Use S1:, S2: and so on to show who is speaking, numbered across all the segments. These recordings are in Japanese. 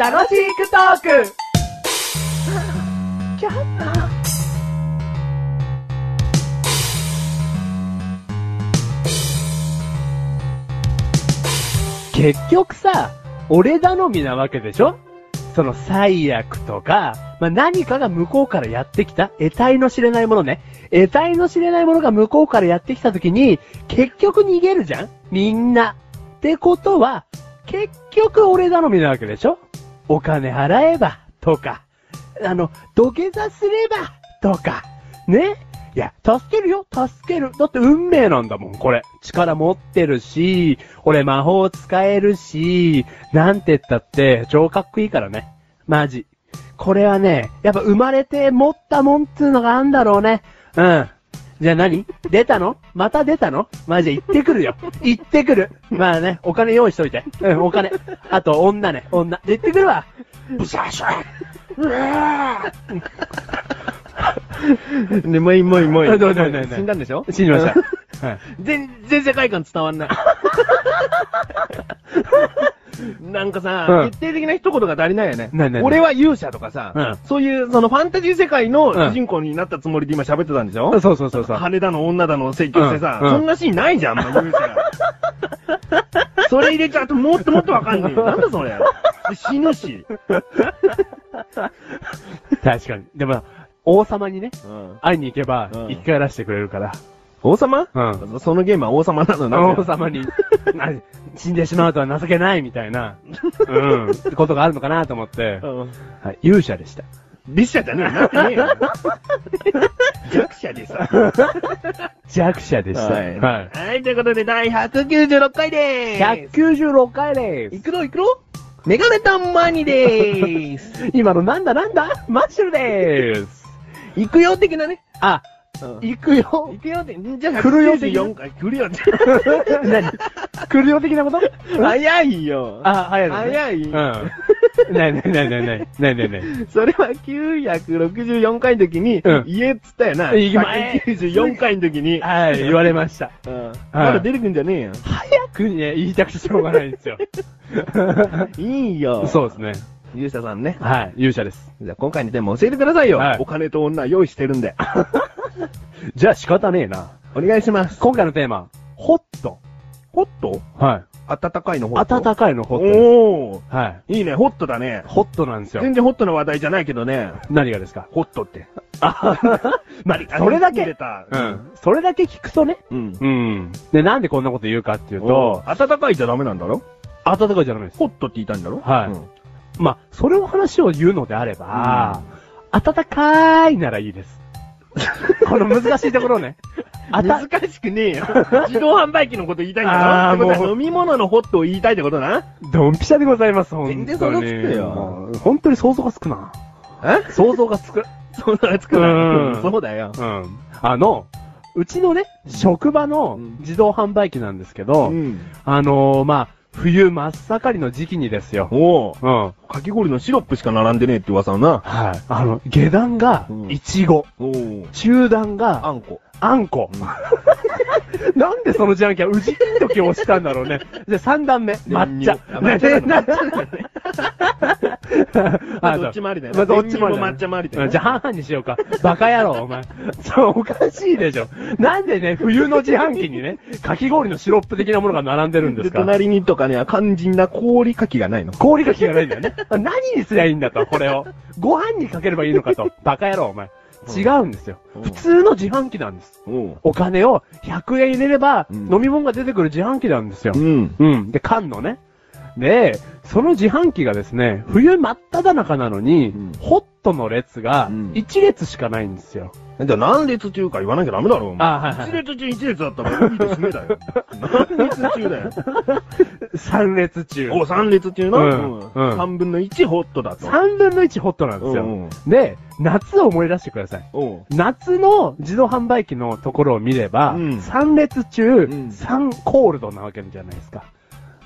S1: 楽しくトーク
S2: 結局さ、俺頼みなわけでしょその最悪とか、まあ、何かが向こうからやってきた、得体の知れないものね。得体の知れないものが向こうからやってきた時に、結局逃げるじゃんみんな。ってことは、結局俺頼みなわけでしょお金払えば、とか、あの、土下座すれば、とか、ねいや、助けるよ、助ける。だって運命なんだもん、これ。力持ってるし、俺魔法使えるし、なんて言ったって、超かっこいいからね。マジ。これはね、やっぱ生まれて持ったもんっつうのがあんだろうね。うん。じゃあ何出たのまた出たのマジで行ってくる よ。行ってくる。まあね、お金用意しといて。うん、お金。あと、女ね、女。で行ってくるわ。ブシャーシャー。うわー
S3: ね、もういい、もういい、もういい。
S2: あどうぞどうぞどうぞ
S3: 死んだんでしょ
S2: 死にました。はい。
S3: 全然世界観伝わ んない。なんかさ、
S2: うん
S3: 決定的な一言が足りないよね。
S2: ないないない
S3: 俺は勇者とかさ、
S2: うん
S3: そういうそのファンタジー世界
S2: う
S3: の
S2: ん
S3: 主人公になったつもりで今喋ってたんでしょ、
S2: そうそうそうそう。
S3: 羽田の女だのを請求してさ、
S2: うんうん
S3: そんなシーンないじゃん、あんま 勇者。それ入れちゃうともっともっとわかんねえよ。なんだそれ。で死ぬし。
S2: 確かに。でも、王様にね、会いに行けば、
S3: うん
S2: 生き返らせてくれるから。
S3: 王様、
S2: う
S3: そのゲームは王様なのな。
S2: 王様 に、な死んでしまうとは情けないみたいな、うん、ことがあるのかなと思って、
S3: うん
S2: はい、勇者でした。
S3: ビッシャじゃねえよ。なってねえ よ。弱者でさ。
S2: 弱者でした。
S3: はい
S2: はい。
S3: はい、ということで第196回でーす。
S2: 196回で
S3: い
S2: す。
S3: くろいくろメガネタンマニでーす。
S2: 今のなんだなんだマッシュルでーす。
S3: 行くよ的なね。
S2: あ、
S3: 行
S2: 行くよ。
S3: くよって、じゃあ
S2: 来るよ的な
S3: 194回来るよって。
S2: 何来るよ的なこと
S3: 早いよ。
S2: あ、早いですね。
S3: 早い。
S2: うん。ないないないないない。ないないない。
S3: それは964回の時に、
S2: うん
S3: 言えっつったよな。
S2: 言い前
S3: 194回の時に。
S2: はい、言われました。
S3: うんまだ出てくんじゃねえよ。
S2: 早くね、言いたくてしょうがないんですよ。
S3: いいよ。。
S2: そううですね。
S3: ゆうさんね。
S2: はい、勇者です。
S3: じゃあ今回のテーマ教えてくださいよ
S2: はい。
S3: お金と女用意してるんで。
S2: じゃあ仕方ねえな。
S3: お願いします。
S2: 今回のテーマ、ホット。
S3: ホット
S2: はい。
S3: 暖かいのホット。
S2: 暖かいのホットです。
S3: おお
S2: はい。
S3: いいね、ホットだね。
S2: ホットなんですよ。
S3: 全然ホットな話題じゃないけどね。
S2: 何がですか
S3: ホットって。
S2: まあ、それだ
S3: 出
S2: け、
S3: た。
S2: うん。それだけ聞くとね。
S3: うん。うん。
S2: うん。で、なんでこんなこと言うかっていうと
S3: と、、暖かいじゃダメなんだろ
S2: 暖かいじゃないです。
S3: ホットって言いたいんだろ
S2: はい
S3: うん
S2: まあ、それを話を言うのであれば、暖かいならいい です。この難しいところね。あた、
S3: 難しくねえよ。 自動販売機のこと言いたいんだろ
S2: あー
S3: ってことは
S2: もう
S3: 飲み物のホットを言いたいってことな。
S2: ドンピシャでございます、本当に。
S3: 全然想像つくよ
S2: もう。本当に想像がつくな。
S3: え
S2: 想像がつく。
S3: そうなつく
S2: う。
S3: なんそうだよ。
S2: うん。あの、うちのね、職場の
S3: うん
S2: 自動販売機なんですけど、
S3: ん。
S2: あのー、まあ、冬真っ盛りの時期にですよ。
S3: おお。
S2: うん。
S3: かき氷のシロップしか並んでねえって噂はな。
S2: はい。あの、下段が
S3: うん、
S2: いちご。
S3: おお。
S2: 中段が、
S3: あんこ。
S2: あんこ。 なんでそのじゃんけん、うじきんときを押したんだろうね。じゃあ、三段目、抹茶。
S3: 練乳あ抹茶なの
S2: ね
S3: ま
S2: あ
S3: あ
S2: そう
S3: どっちもありだよ
S2: ま
S3: ね。
S2: あ、どっちもありだね
S3: 練乳抹茶もありだ
S2: う
S3: よ
S2: ん
S3: ね。
S2: じゃあ半々にしようか。バカ野郎、お前。そう、おかしいでしょ。なんでね、冬の自販機にね、かき氷のシロップ的なものが並んでるんです
S3: で、
S2: か
S3: 隣にとかね、肝心な氷かきがないの。
S2: 氷が効かないんだよね。何にすりゃいいんだと、これを。ご飯にかければいいのかと。バカ野郎、お前。違うんですよ。
S3: うん
S2: 普通の自販機なんです。
S3: うん。
S2: お金を100円入れれば、
S3: うん
S2: 飲み物が出てくる自販機なんですよ
S3: う。ん。
S2: うん。で、缶のね。で、その自販機がですね、冬真っ只中なのに、
S3: うん
S2: ホットの列が
S3: うん
S2: 1列しかないんですよ。
S3: じゃあ何列中か言わなきゃダメだろ、お前。
S2: あ、はいはい
S3: 一列中一列だったらいいですねだよ。 何列中だよ。
S2: 3列中。
S3: お、三列中の、
S2: うん
S3: うん
S2: うん
S3: 三分の一ホットだと。
S2: 3分の1ホットなんですよ。
S3: うん
S2: で、夏を思い出してください。
S3: うん。
S2: 夏の自動販売機のところを見れば、
S3: うん
S2: 3列中、
S3: ん
S2: 3コールドなわけじゃないですか。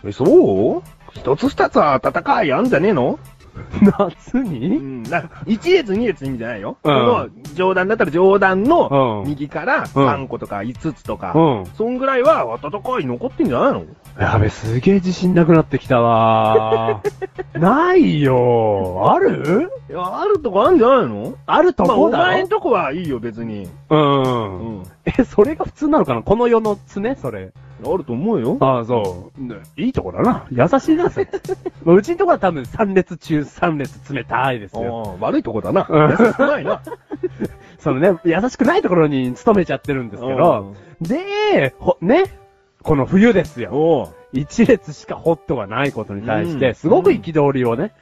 S3: え、そう一つ二つは暖かいあんじゃねえの
S2: 夏
S3: う
S2: に
S3: ん、な1列2列の意味じゃないよ。
S2: う
S3: うんの上段だったら上段の
S2: うん
S3: 右から3個とか5つとか、
S2: うん。
S3: そんぐらいは暖かい残ってんじゃないの
S2: やべ、すげえ自信なくなってきたわ ー。ないよー。ある
S3: いや、あるとこあるんじゃないの
S2: あると
S3: まあ、
S2: こ
S3: お
S2: だ
S3: 前ん
S2: ろ、
S3: とこはいいよ、別に。う
S2: うん。
S3: ん。
S2: え、それが普通なのかなこの世の常それ。
S3: あると思うよ。
S2: ああ、そう。ねいいとこだな。優しいな、 それ。まあうちのとこは多分3列中3列冷たいです
S3: あ
S2: よ。
S3: あ、悪いとこだな。
S2: うん
S3: 優しくないな。
S2: そのね、優しくないところに勤めちゃってるんですけど、で、ほ、ね、この冬ですよ。
S3: おう
S2: 一列しかホットがないことに対し
S3: う
S2: て、
S3: ん
S2: すごく憤りをね、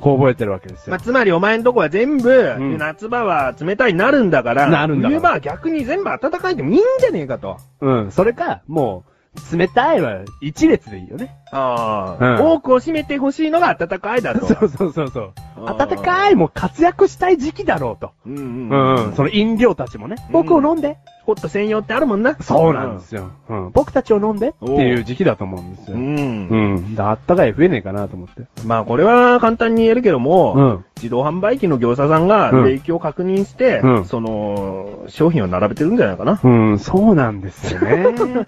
S2: こう覚えてるわけです
S3: ま
S2: よ
S3: あ、。つまりお前んとこは全部、
S2: ん
S3: 夏場は冷たいになるんだから、
S2: なるんだから
S3: 冬場は逆に全部暖かいでもいいんじゃねえかと。
S2: うん、それか、もう、冷たいは一列でいいよね。
S3: あ
S2: うん
S3: あ、多くを占めてほしいのが暖かいだ と。
S2: そうそうそうそう。
S3: あー
S2: 暖かいも活躍したい時期だろうと。
S3: うん
S2: う
S3: うん
S2: ん、。その飲料たちもね、
S3: うん
S2: 僕を飲んで、
S3: ホット専用ってあるもんな。
S2: そうなんですよ、うん。僕たちを飲んでっていう時期だと思うんです
S3: う
S2: よ。
S3: ん。
S2: う
S3: うん
S2: ん。だあったかい増えねえかなと思って。
S3: まあこれは簡単に言えるけども、
S2: うん。
S3: 自動販売機の業者さんが
S2: うん
S3: 冷気を確認して、
S2: うん
S3: その、商品を並べてるんじゃないかな。
S2: うん、そうなんですよ ね。
S3: そん な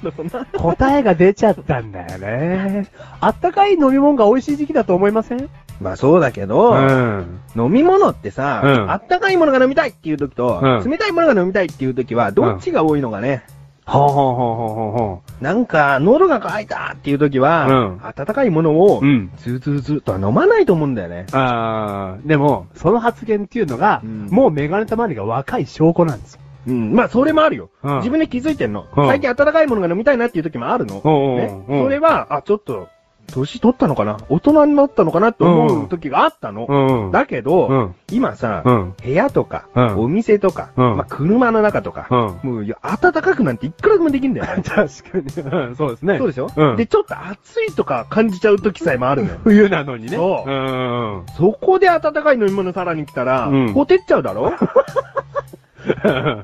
S2: 答えが出ちゃったんだよね。あったかい飲み物が美味しい時期だと思いません
S3: まあそうだけど、
S2: ん。
S3: 飲み物ってさ、
S2: うん
S3: あったかいものが飲みたいっていう時と、
S2: うん
S3: 冷たいものが飲みたいっていう時は、どっちが多いのかね。
S2: ほうほうほうほうほうほ
S3: なんか、喉が渇いたっていう時は、
S2: うん
S3: 温かいものを
S2: う。、ん。
S3: ずずずとは飲まないと思うんだよね。
S2: あーでも、その発言っていうのが、
S3: うん
S2: もうメガネたまわりが若い証拠なんですよ。
S3: うん。まあ、それもあるよ。
S2: うん
S3: 自分で気づいてんの。
S2: うん
S3: 最近温かいものが飲みたいなっていう時もあるの。
S2: おうおう
S3: ね
S2: うん
S3: それは、あ、ちょっと、年取ったのかな大人になったのかなって思う時があったの。
S2: ん
S3: だけど、
S2: うん
S3: 今さ、
S2: うん。
S3: 部屋とか、
S2: うん
S3: お店とか、
S2: うん
S3: まあ、車の中とか、
S2: う
S3: もういや、暖かくなんていくらでもできんだ よ、ね
S2: 確。かに。うん、そうですね。
S3: そうでしょ、
S2: うん。
S3: で、ちょっと暑いとか感じちゃう時さえもあるのよ
S2: 冬なのにね。
S3: そう
S2: うんうん
S3: そこで暖かい飲み物さらに来たら、
S2: うん
S3: ほてっちゃう だろ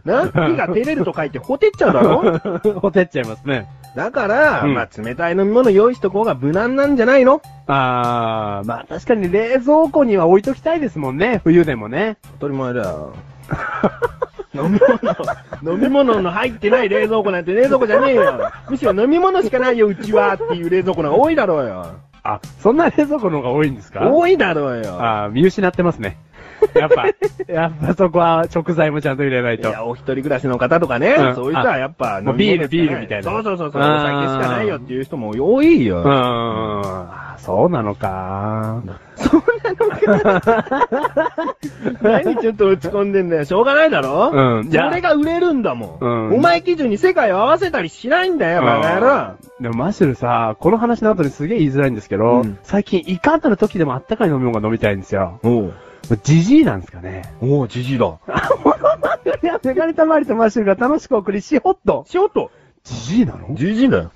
S3: な火が照れると書いてほてっちゃうだろ
S2: うん。 ほてっちゃいますね。
S3: だから、
S2: うん
S3: まあ、冷たい飲み物用意しとこうが無難なんじゃないの
S2: あー、まあ確かに冷蔵庫には置いときたいですもんね、冬でもね。
S3: 当たり前だよ。 飲み物、飲み物の入ってない冷蔵庫なんて冷蔵庫じゃねえよ。むしろ飲み物しかないよ、うちはっていう冷蔵庫の方が多いだろうよ。
S2: あ、そんな冷蔵庫の方が多いんですか
S3: 多いだろうよ。
S2: あー見失ってますね。やっ ぱ、やっぱそこは食材もちゃんと入れない
S3: い
S2: と。
S3: や、お一人暮らしの方とかね、
S2: うん
S3: そういう人はやっぱ飲み物
S2: ビール
S3: しか
S2: ビールみたいな
S3: そうそうそうそう、お
S2: あー
S3: 酒しかないよっていう人も多いよ。
S2: うーん。あーそうなのか。
S3: そうなのか。何ちょっと落ち込んでんだよ。しょうがないだろ
S2: うん
S3: それが売れるんだもん。
S2: うん
S3: お前基準に世界を合わせたりしないんだよ、バカ野郎。
S2: でもマシュルさ、この話の後にすげえ言いづらいんですけど、
S3: うん
S2: 最近いかんたの時でもあったかい飲み物が飲みたいんですよ。
S3: おう。
S2: ジジイなんですか ね。
S3: おう、じじいだ。
S2: いや、メガネタマリとマシュルが楽しくお送りしほっと。
S3: ちょっと、
S2: ジジイなの
S3: じじいだよ。